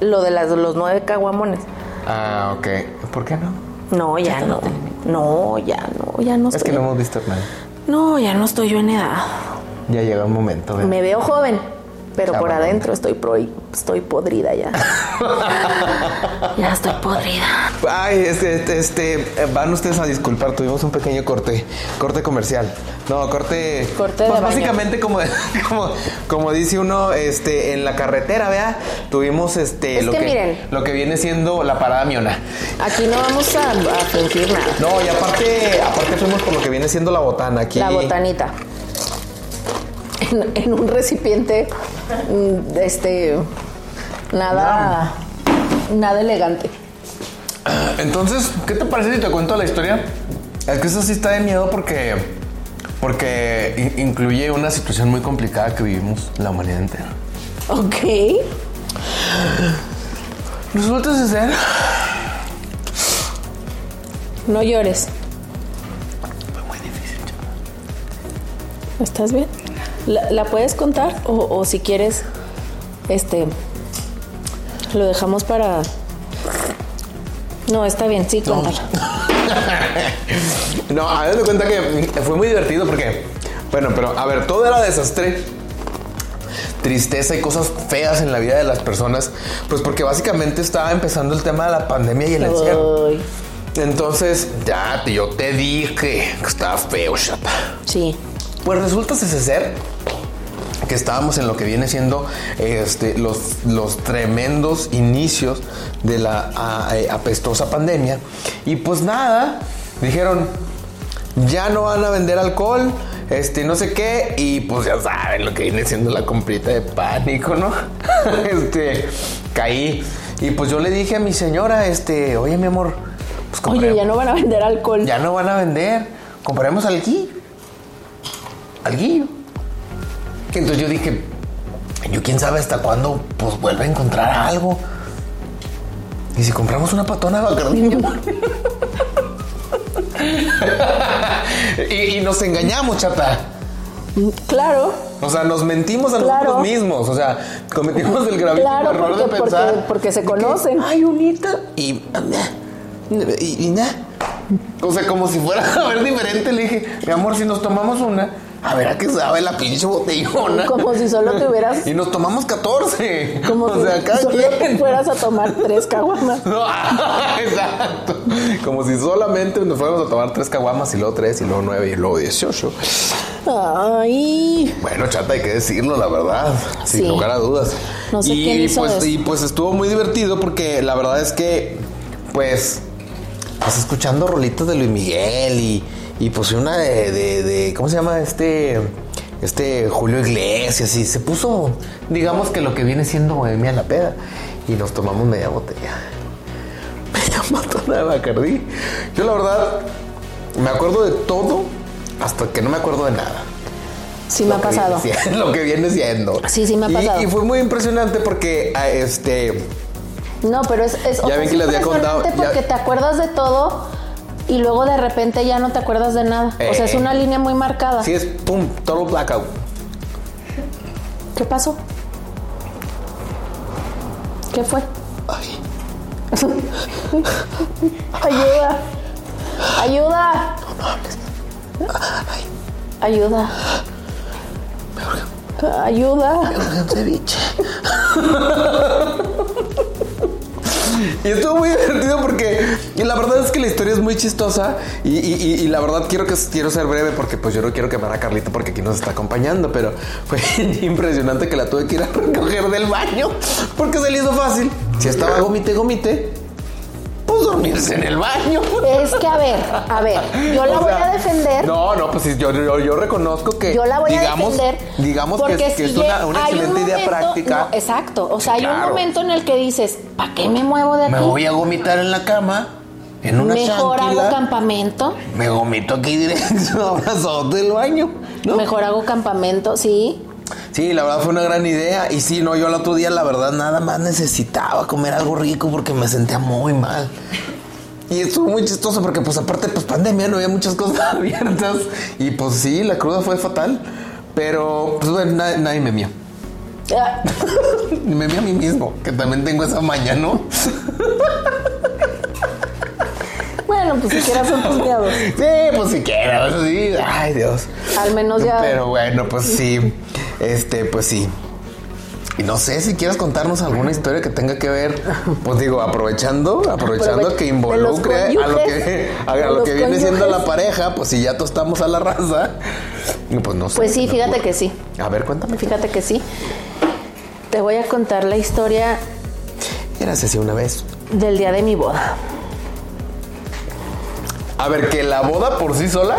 lo de las, los nueve caguamones. Ah, ok. ¿Por qué no? No, ya no. No, ya no, ya no. Es que estoy- no hemos visto nada. No, ya no estoy yo en edad. Ya llega un momento. ¿verdad? Me veo joven, pero Ah, por bueno. adentro estoy pro- estoy podrida ya. ya estoy podrida. Ay, este, este, este, eh, van ustedes a disculpar, tuvimos un pequeño corte, corte comercial. No, corte. Corte de pues baño. básicamente como, como, como dice uno, este, en la carretera, vea, tuvimos este Es lo que miren. lo que viene siendo la parada miona. Aquí no vamos a, a fingir nada. No, y aparte, aparte fuimos por lo que viene siendo la botana aquí. La botanita. En, en un recipiente, mm, este, nada, nada elegante. Entonces, ¿qué te parece si te cuento la historia? Es que eso sí está de miedo porque. Porque in- incluye una situación muy complicada que vivimos la humanidad entera. Ok. Resulta ser No llores. ¿Estás bien? ¿La, la puedes contar? O, o si quieres, este. Lo dejamos para. No, está bien, sí, cuéntalo. No, a ver, me cuenta que fue muy divertido porque, bueno, pero a ver, todo era desastre, tristeza y cosas feas en la vida de las personas, pues porque básicamente estaba empezando el tema de la pandemia y el encierro. Ay, Entonces, ya, te- yo te dije que estaba feo, chata. sí. Pues resulta ese ser que estábamos en lo que viene siendo este, los, los tremendos inicios de la a- eh, apestosa pandemia. Y pues nada, dijeron, ya no van a vender alcohol, este, no sé qué, y pues ya saben lo que viene siendo la comprita de pánico, ¿no? este, caí. Y pues yo le dije a mi señora, este, oye mi amor, pues Oye, compré- ya no van a vender alcohol. ya no van a vender. Compraremos alguillo. Alguillo. Que entonces yo dije, yo quién sabe hasta cuándo pues vuelve a encontrar algo. Y si compramos una patona de Bacardí, mi amor? y, y nos engañamos, chata. Claro, O sea, nos mentimos a Claro. nosotros mismos. O sea, cometimos el gravísimo Claro, error porque- de porque- pensar. porque se de que, conocen. Ay, unita. Y. Y, y nada. O sea, como si fuera a ver diferente, le dije, mi amor, si nos tomamos una, a ver a qué sabe la pinche botellona. como si solo te hubieras. Y nos tomamos 14. Como o si sea, cada solo quien. fueras a tomar tres caguamas. No, exacto. Como si solamente nos fuéramos a tomar tres caguamas y luego tres y luego nueve y luego dieciocho. Ay. Bueno, chata, hay que decirlo, la verdad, sin Sí. lugar a dudas. No sé y, quién hizo pues, eso. y pues estuvo muy divertido porque la verdad es que, pues, pues escuchando rolitos de Luis Miguel y, y pues una de, de- de- ¿cómo se llama? Este, este Julio Iglesias y se puso, digamos que lo que viene siendo Bohemia la peda y nos tomamos media botella. Media botella de Bacardí. Yo la verdad me acuerdo de todo hasta que no me acuerdo de nada Sí, me ha que pasado. viene siendo- lo que viene siendo. Sí, sí, me ha Y- pasado. Y, fue muy impresionante porque, ah, este, No, pero es, es Ya ven que les había contado, ya- porque te acuerdas de todo y luego de repente ya no te acuerdas de nada. O sea, es Eh. una línea muy Ah. marcada. sí es pum, todo blackout. ¿Qué pasó? ¿Qué fue? Ay, Ayuda. Ayuda. Ayuda. Ayuda. un ceviche. Y estuvo muy divertido porque y la verdad es que la historia es muy chistosa y, y- y- y la verdad quiero que quiero ser breve porque pues yo no quiero quemar a Carlita porque aquí nos está acompañando, pero fue impresionante que la tuve que ir a recoger del baño porque se le hizo fácil. Si estaba gomite, gomite, pues dormirse en el baño. Es que, a ver, a ver, yo la O voy sea, a defender. No, no, pues sí, yo, yo, yo reconozco que. Yo la voy digamos, a defender. Digamos que, porque es- que es si una, una hay un excelente idea momento- práctica. no, exacto. O sea, hay un Claro. momento en el que dices, ¿para qué me muevo de aquí? Me voy a gomitar en la cama, en una Mejor hago chancla, campamento. Me gomito aquí directo, abrazote del baño. ¿no? Mejor hago campamento, sí. Sí, la verdad fue una gran idea. Y sí, no, yo el otro día, la verdad, nada más necesitaba comer algo rico porque me sentía muy mal. Y estuvo muy chistoso porque, pues, aparte, pues, pandemia, no había muchas cosas abiertas. Y pues, sí, la cruda fue fatal. Pero, pues, bueno, na- nadie me mía. Ah, Me mía a mí mismo, que también tengo esa maña, ¿no? Bueno, pues siquiera son tus miedos. Sí, pues siquiera, eso sí. Ay, Dios. Al menos ya- Pero bueno, pues sí. Este, pues sí. Y no sé si quieres contarnos alguna historia que tenga que ver, pues digo, aprovechando, aprovechando Aprove- que de los involucre a lo que, cónyuges, a, de lo los que viene siendo cónyuges. la pareja, pues si ya tostamos a la raza, pues no sé. Pues sí, fíjate que sí. A ver, cuéntame. Fíjate que sí. Te voy a contar la historia Era así una vez. del día de mi boda. A ver, que la boda por sí sola,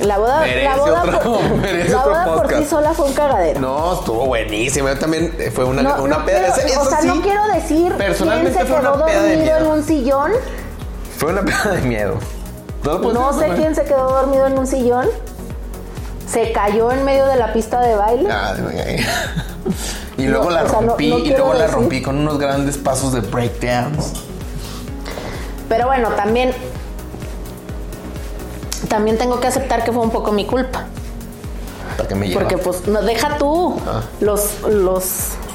La boda, la Merece boda, otro- por, merece la otro boda por sí podcast. sola fue un cagadero. no, estuvo buenísima. Yo también eh, fue una, No, una no peda. quiero- Ese- o eso sea, sí, no quiero decir personalmente quién se fue quedó una peda de dormido en miedo. un sillón. Fue una peda de miedo. No, lo puedo No decir, sé quién se quedó dormido en un sillón. Se cayó en medio de la pista de baile. Ah, ok. Y luego No, la o sea, no- no rompí, y quiero luego la decir- rompí con unos grandes pasos de breakdowns. Pero bueno, también. También tengo que aceptar que fue un poco mi culpa. Hasta que me lleva. Porque pues no deja tú Ah. los los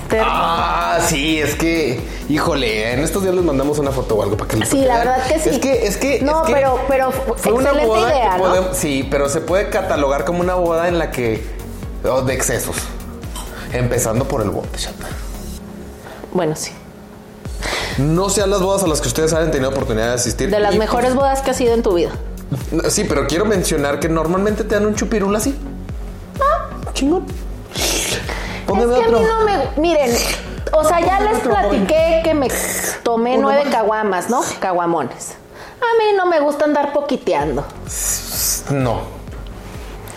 ter- Ah, sí, es que, híjole, en estos días les mandamos una foto o algo para que lo Sí, la verdad que sí. Es que, es que. No, es que pero, pero Fue fue una excelente boda que idea, ¿no? podemos- Sí, pero se puede catalogar como una boda en la que. oh, de excesos. Empezando por el bote, chata. bueno, sí. No sean las bodas a las que ustedes hayan tenido oportunidad de asistir. De las Y- pues, mejores bodas que has ido en tu vida. Sí, pero quiero mencionar que normalmente te dan un chupirul así. Ah, chingón. Es Póngame que otro. a mí no me. Miren, o sea, ya Póngame les otro, platiqué que me tomé Uno nueve más. caguamas, ¿no? Caguamones. A mí no me gusta andar poquiteando. No.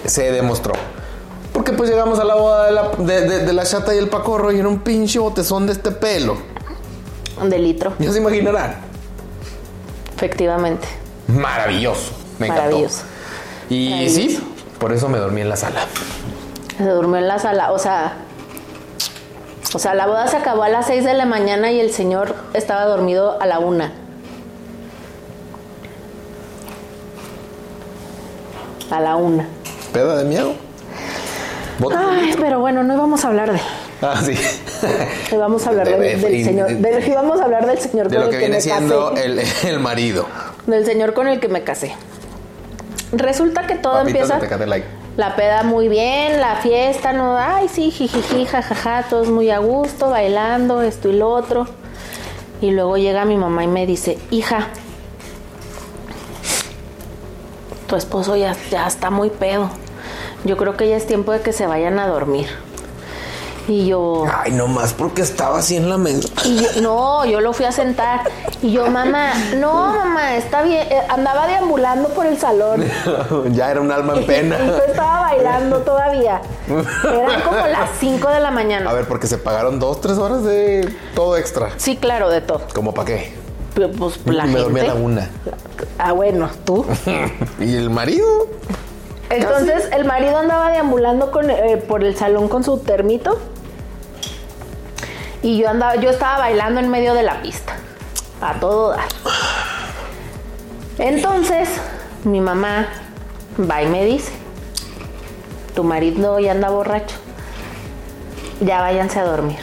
Se demostró. Porque pues llegamos a la boda de la, de- de- de la chata y el pacorro y era un pinche botezón de este pelo. De litro, Ya se imaginarán. Efectivamente. Maravilloso. Me encantó. Maravilloso. Y Maravilloso. sí, por eso me dormí en la sala. Se durmió en la sala, o sea, o sea, la boda se acabó a las 6 de la mañana y el señor estaba dormido a la 1. A la 1. Peda de miedo. Bota- Ay, pero bueno, no íbamos a hablar de Ah, sí. íbamos a hablar de- De- de- del señor, de- íbamos a hablar del señor De con lo el que viene me siendo eh. casé. el, el marido. del señor con el que me casé. Resulta que todo Papitas de empieza Tecate Light. La peda muy bien, la fiesta, no, ay, sí, jijiji, jajaja, todos muy a gusto, bailando, esto y lo otro. Y luego llega mi mamá y me dice, hija, tu esposo ya, ya está muy pedo. Yo creo que ya es tiempo de que se vayan a dormir. Y yo, Ay, nomás porque estaba así en la mesa. y yo- no, yo lo fui a sentar. Y yo, mamá, no, mamá, está bien. Eh, Andaba deambulando por el salón. ya era un alma en Y yo pena. estaba bailando todavía. Eran como las 5 de la mañana. A ver, porque se pagaron dos, tres horas de todo extra. Sí, claro, de todo. ¿Cómo para qué? Pero, Pues la Me dormí a gente. la una. Ah, bueno, tú. ¿Y el marido? Entonces, el marido andaba deambulando con, eh, por el salón con su termito. Y yo andaba, yo estaba bailando en medio de la pista. A todo dar. Entonces, mi mamá va y me dice: Tu marido ya anda borracho. Ya váyanse a dormir.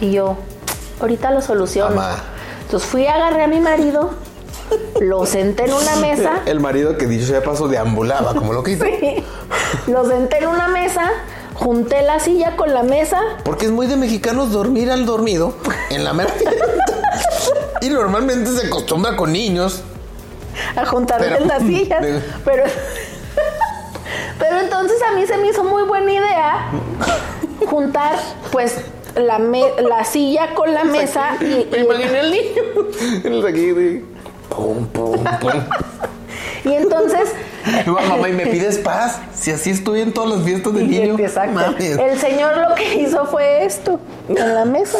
Y yo, ahorita lo soluciono. Mamá. Entonces fui, agarré a mi marido, lo senté en una mesa. El marido que dicho sea de paso deambulaba, como lo que hizo. Lo senté en una mesa, junté la silla con la mesa. Porque es muy de mexicanos dormir al dormido en la mera. Y normalmente se acostumbra con niños. a juntarme Pero- en las sillas. de- Pero, pero entonces a mí se me hizo muy buena idea juntar, pues, la, me- la silla con la mesa y, Me y- imaginé al niño. Él aquí, de pum, pum, pum. y entonces Y va, mamá, y me pides paz. Si así estuve en todas las fiestas del Y niño. empieza a- mames. El señor lo que hizo fue esto, en la mesa.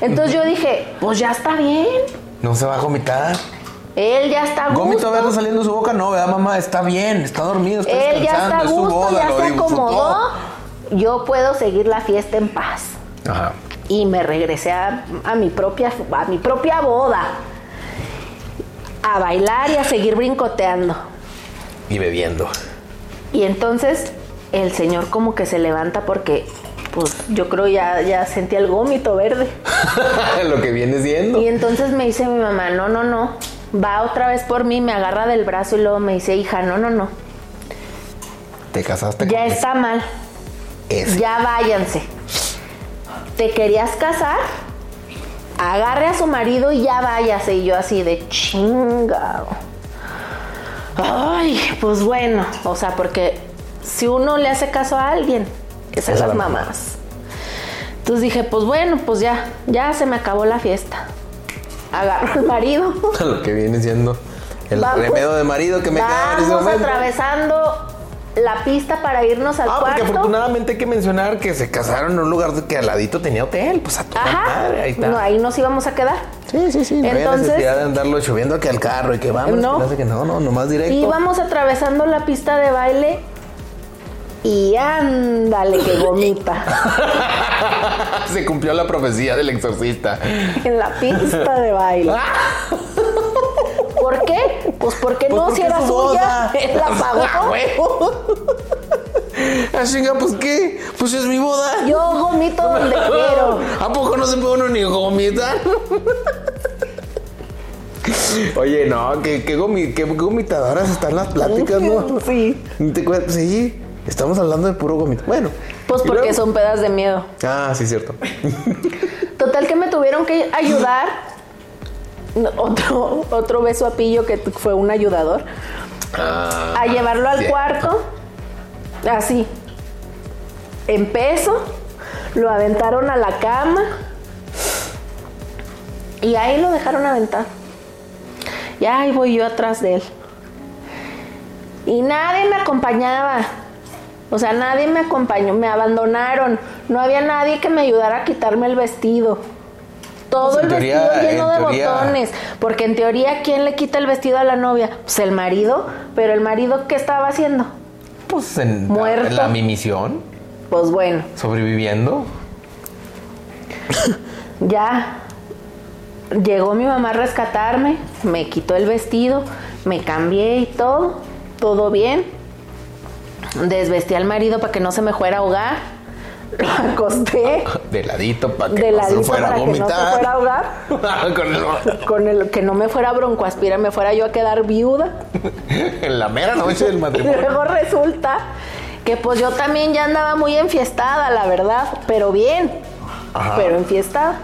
Entonces yo dije, pues ya está bien. No se va a vomitar. Él ya está a Gómito gusto. verlo saliendo de su boca, no, ¿verdad, mamá? Está bien, está dormido, está Él descansando, ya está a es su gusto, boda, ya lo se disfrutó. acomodó. Yo puedo seguir la fiesta en paz. Ajá. y me regresé a, a mi propia a mi propia boda a bailar y a seguir brincoteando Y bebiendo. y entonces el señor como que se levanta porque pues yo creo ya ya sentí el gómito verde lo que viene siendo. y entonces me dice mi mamá no no no va otra vez por mí me agarra del brazo y luego me dice hija no no no Te casaste ya con está mal ese. Ya váyanse. ¿Te querías casar? Agarre a su marido y ya váyase. Y yo así de chingado. Ay, pues bueno. O sea, porque si uno le hace caso a alguien, es a Es a las la mamá. mamás. Entonces dije, pues bueno, pues ya, ya se me acabó la fiesta. Agarro al marido. lo que viene siendo el Vamos- remedio de marido que me cae en ese Vamos momento. atravesando la pista para irnos al Ah, porque cuarto. afortunadamente hay que mencionar que se casaron en un lugar que al ladito tenía hotel. Pues a toda Ajá. madre, ahí está. No, ahí nos íbamos a quedar. Sí, sí, sí. No había Entonces- necesidad de andarlo lloviendo aquí al carro y que vamos. No. No. que no, no, nomás directo. Íbamos atravesando la pista de baile y ándale que vomita Se cumplió la profecía del exorcista. en la pista de baile. ¿Por qué? Pues porque Pues no, porque si era es su suya, boda. él la Ah, pagó. Ah, chinga, pues qué, pues es mi boda. Yo vomito donde quiero. ¿A poco no se puede uno ni gomitar? Oye, no, qué, qué, gomi- qué gomitadoras están las pláticas, ¿no? Sí. ¿Te acuerdas? sí, estamos hablando de puro gomito. Bueno. Pues ¿y porque luego? son pedas de miedo. Ah, sí, cierto. Total que me tuvieron que ayudar. No, Otro, otro beso a Pillo que t- fue un ayudador. Ah, a llevarlo al sí. cuarto. Así. En peso. Lo aventaron a la cama. Y ahí lo dejaron aventar. Y ahí voy yo atrás de él. Y nadie me acompañaba. O sea, nadie me acompañó, me abandonaron. No había nadie que me ayudara a quitarme el vestido. Todo Pues, en el teoría, vestido lleno de en teoría. botones. Porque en teoría, ¿quién le quita el vestido a la novia? Pues el marido. Pero el marido, ¿qué estaba haciendo? Pues en, Muerto. en la mi misión, Pues bueno, sobreviviendo. ya. Llegó mi mamá a rescatarme, me quitó el vestido, me cambié y todo, todo bien. Desvestí al marido para que no se me fuera a ahogar. Lo acosté De ladito para que de no se ladito fuera para a que no se vomitar. fuera a ahogar. Con el- Con el que no me fuera broncoaspira, me fuera yo a quedar viuda. en la mera noche del Y matrimonio. luego resulta que pues yo también ya andaba muy enfiestada, la verdad, pero bien, Ajá. pero enfiestada.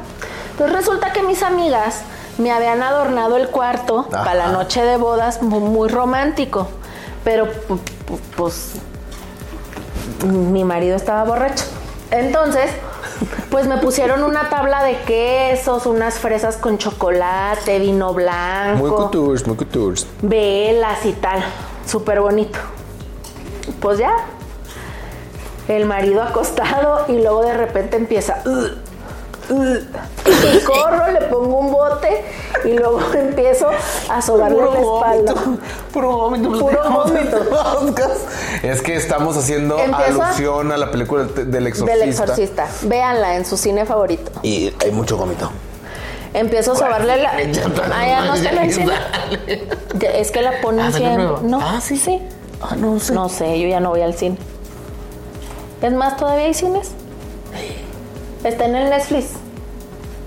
Entonces resulta que mis amigas me habían adornado el cuarto Ajá. para la noche de bodas mu- muy romántico, pero pu- pu- pues mi marido estaba borracho. Entonces, pues me pusieron una tabla de quesos, unas fresas con chocolate, vino blanco Muy coutures, muy coutures. velas y tal. Súper bonito. Pues ya. El marido acostado y luego de repente empieza. "Ugh, ugh". Y corro, le pongo un bote y luego empiezo a sobarle la espalda. Puro vómito. pues, Puro digamos, vómito. podcast. Es que estamos haciendo Empiezo a- alusión a la película del del exorcista. Del exorcista. Véanla en su cine favorito. Y hay mucho vómito. Empiezo a sobarle la. Ya está, Ay, ya no ya te la enseño. dale. Ya, Es que la ponen Ah, ¿salió siempre. nueva? No. Ah, sí. Ah, no sé. No sé, yo ya no voy al cine. Es más, ¿todavía hay cines? Está en el Netflix.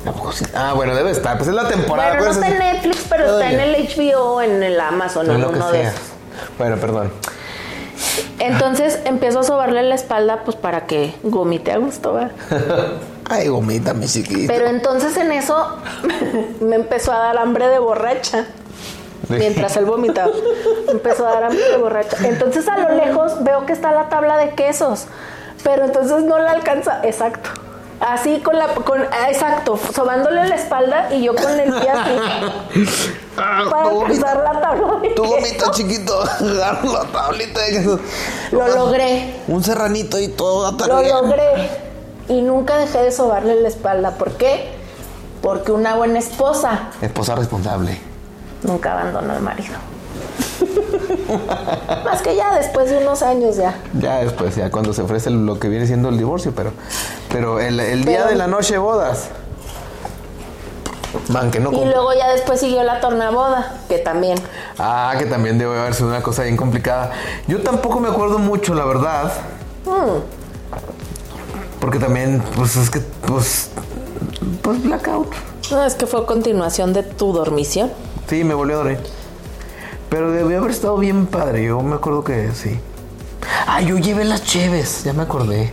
Tampoco sé. Ah, bueno, debe estar. Pues es la temporada. Bueno, no está acuérdense. en Netflix, pero está en Todavía. el HBO, en el Amazon, No, en lo que uno de sea. esos. Bueno, perdón. Entonces empiezo a sobarle la espalda, pues para que gomite a gusto, ¿va? Ay, gomita, mi chiquita. Pero entonces en eso me empezó a dar hambre de borracha. Mientras él vomitaba, me empezó a dar hambre de borracha. Entonces a lo lejos veo que está la tabla de quesos, pero entonces no la alcanza. Exacto. Así con la, con, ah, exacto, sobándole la espalda y yo con el pie así. Ah, Para tú gomita, alcanzar la tabla de tú quesos. gomita, chiquito. Agarra la tablita de queso. Lo logré. Un serranito y todo. Lo atarugado. logré. Y nunca dejé de sobarle la espalda. ¿Por qué? Porque una buena esposa Esposa responsable. nunca abandonó al marido. Más que ya después de unos años ya. Ya después, ya cuando se ofrece lo que viene siendo el divorcio, pero pero el, el día Pero- de la noche bodas. Man, que no Y compl- luego ya después siguió la tornaboda, que también. Ah, que también debe haber sido una cosa bien complicada. Yo tampoco me acuerdo mucho, la verdad. Mm. Porque también, pues es que, pues. Pues blackout. No, es que fue continuación de tu dormición. Sí, me volvió a dormir. Pero debió haber estado bien padre. Yo me acuerdo que sí. Ah, yo llevé las cheves, ya me acordé.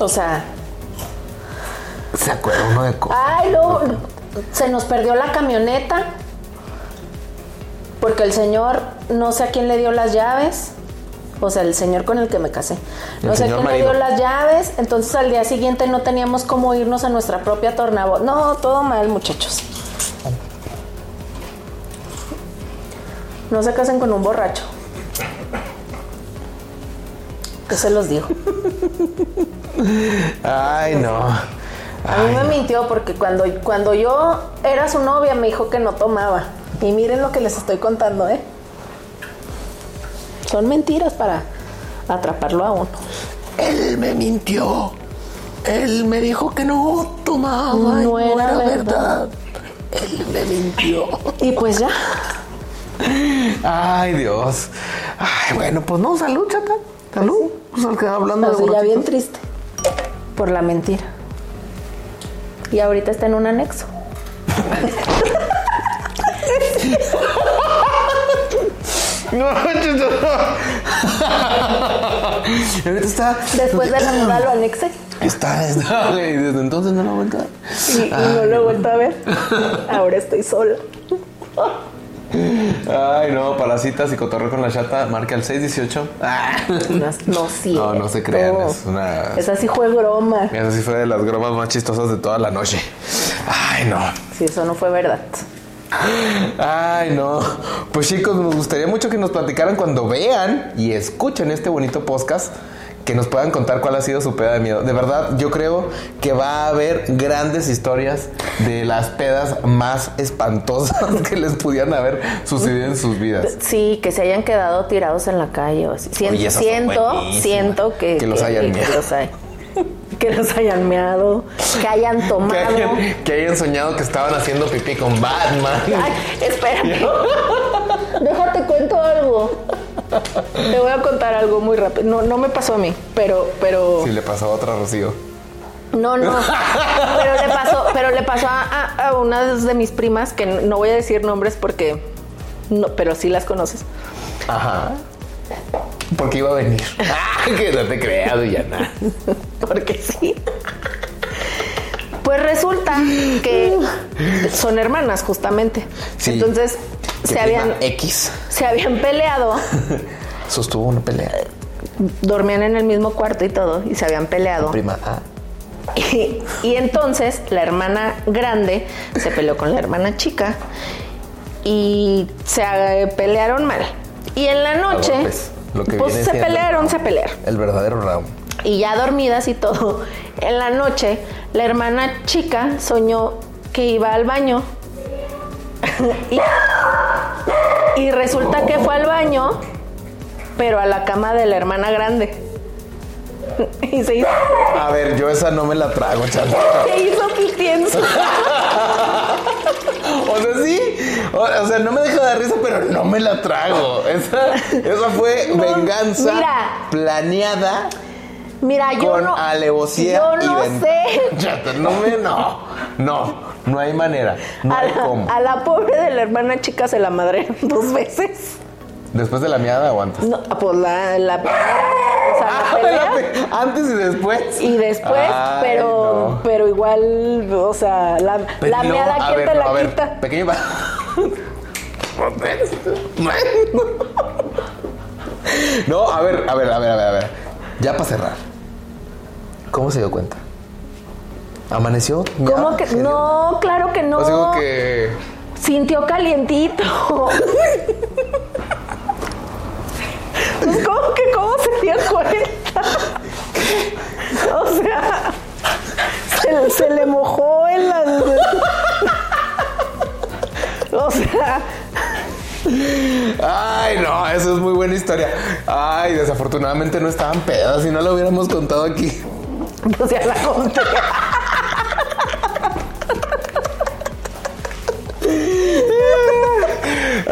O sea, Se acuerda uno de cosas. ay, luego se nos perdió la camioneta. Porque el señor, no sé a quién le dio las llaves. O sea, el señor con el que me casé. El No sé a señor quién marido. le dio las llaves. Entonces al día siguiente no teníamos cómo irnos a nuestra propia tornaboda. No, todo mal, muchachos. No se casen con un borracho. Yo se los digo. Ay, no. A mí Ay, me no. mintió porque cuando, cuando yo era su novia me dijo que no tomaba. Y miren lo que les estoy contando, ¿eh? Son mentiras para atraparlo a uno. Él me mintió. Él me dijo que no tomaba. y No era verdad. Él me mintió. Y pues ya, Ay, Dios. Ay, bueno, pues no, salud, chata. Salud. Pues al que hablando o sea, de ya bien borrachitos. triste por la mentira. Y ahorita está en un anexo. No, chata. Ahorita está. Después de la boda lo anexé Está. está- y desde entonces no lo vuelta. y, y no lo he vuelto a ver. Ahora estoy sola. Ay, no, para citas y cotorreo con la chata, marca el 618. Ah. No, no, No, no se crean, cierto. es una- Esa sí fue broma. Esa sí fue de las bromas más chistosas de toda la noche. Ay, no. Sí, eso no fue verdad. Ay, no. Pues chicos, nos gustaría mucho que nos platicaran cuando vean y escuchen este bonito podcast. Que nos puedan contar cuál ha sido su peda de miedo. De verdad, yo creo que va a haber grandes historias de las pedas más espantosas que les pudieran haber sucedido en sus vidas. Sí, que se hayan quedado tirados en la calle. o así. Sien- Oye, esa fue siento, buenísima. siento que, Que los hayan que meado. los hay- Que los hayan meado. que hayan tomado. Que hayan, que hayan soñado que estaban haciendo pipí con Batman. Ay, espérame. Déjate cuento algo. Te voy a contar algo muy rápido. No, no me pasó a mí, pero, pero. Si le pasó a otra Rocío. No, no. Pero le pasó, pero le pasó a, a- a una de mis primas, que no voy a decir nombres porque. No, pero sí las conoces. Ajá. Porque iba a venir. Ah, que no te creas, Villana. Porque sí. Pues resulta que son hermanas, justamente. Sí. Entonces, Que se prima Eh. habían, X se habían peleado. sostuvo una pelea. Dormían en el mismo cuarto y todo, y se habían peleado. Prima A. Ah, Y, y entonces la hermana grande se peleó con la hermana chica y se eh, pelearon mal. Y en la noche, golpes, lo que pues viene se siendo. pelearon, se pelearon. El verdadero round. Y ya dormidas y todo, en la noche la hermana chica soñó que iba al baño. y, y resulta que fue al baño, pero a la cama de la hermana grande. y se hizo, A ver, yo esa no me la trago, chaval. se hizo pipí en su O sea, sí. O, o sea, no me deja de risa, pero no me la trago. Esa, esa fue No, venganza mira. planeada Mira, yo con no. alevosía. Yo y no ven- sé. Chata, no me, no. No, no hay manera. No A hay la, cómo. a la pobre de la hermana chica se la madre dos veces. ¿Después de la miada o antes? No, pues la, la primera, o sea, la Ah, me la pelea, pe- antes y después. y después, Ay, pero no. pero igual, o sea, la, la Pero y luego, meada, a ¿quién ver, te a la ver, quita? Pequeño. No, a ver, a ver, a ver, a ver, a ver. Ya para cerrar. ¿Cómo se dio cuenta? ¿Amaneció? ¿Cómo ¿Cómo que? No, claro que no. O sea, como Pues que. Sintió calientito. Pues, ¿Cómo que cómo se dio cuenta? O sea, se, se le mojó en la. O sea, Ay, no, eso es muy buena historia. Ay, desafortunadamente no estaban pedas y no lo hubiéramos contado aquí. pues ya la conté.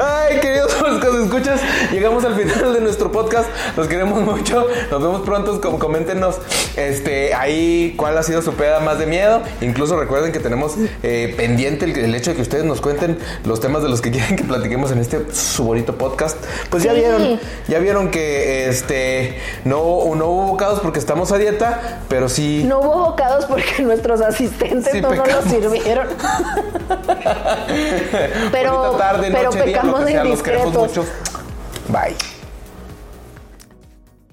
Ay, queridos podcast escuchas, llegamos al final de nuestro podcast. Los queremos mucho. Nos vemos pronto. Com- Coméntenos este, ahí cuál ha sido su peda más de miedo. Incluso recuerden que tenemos eh, pendiente el, el hecho de que ustedes nos cuenten los temas de los que quieren que platiquemos en este su bonito podcast. Pues ya Sí. vieron, ya vieron que este no, no hubo bocados porque estamos a dieta, pero sí. No hubo bocados porque nuestros asistentes Sí, no nos los pecamos. sirvieron. Pero- Bonita tarde, pero noche, día, lo pecamos que de sea, los queremos indiscretos. mucho. Bye.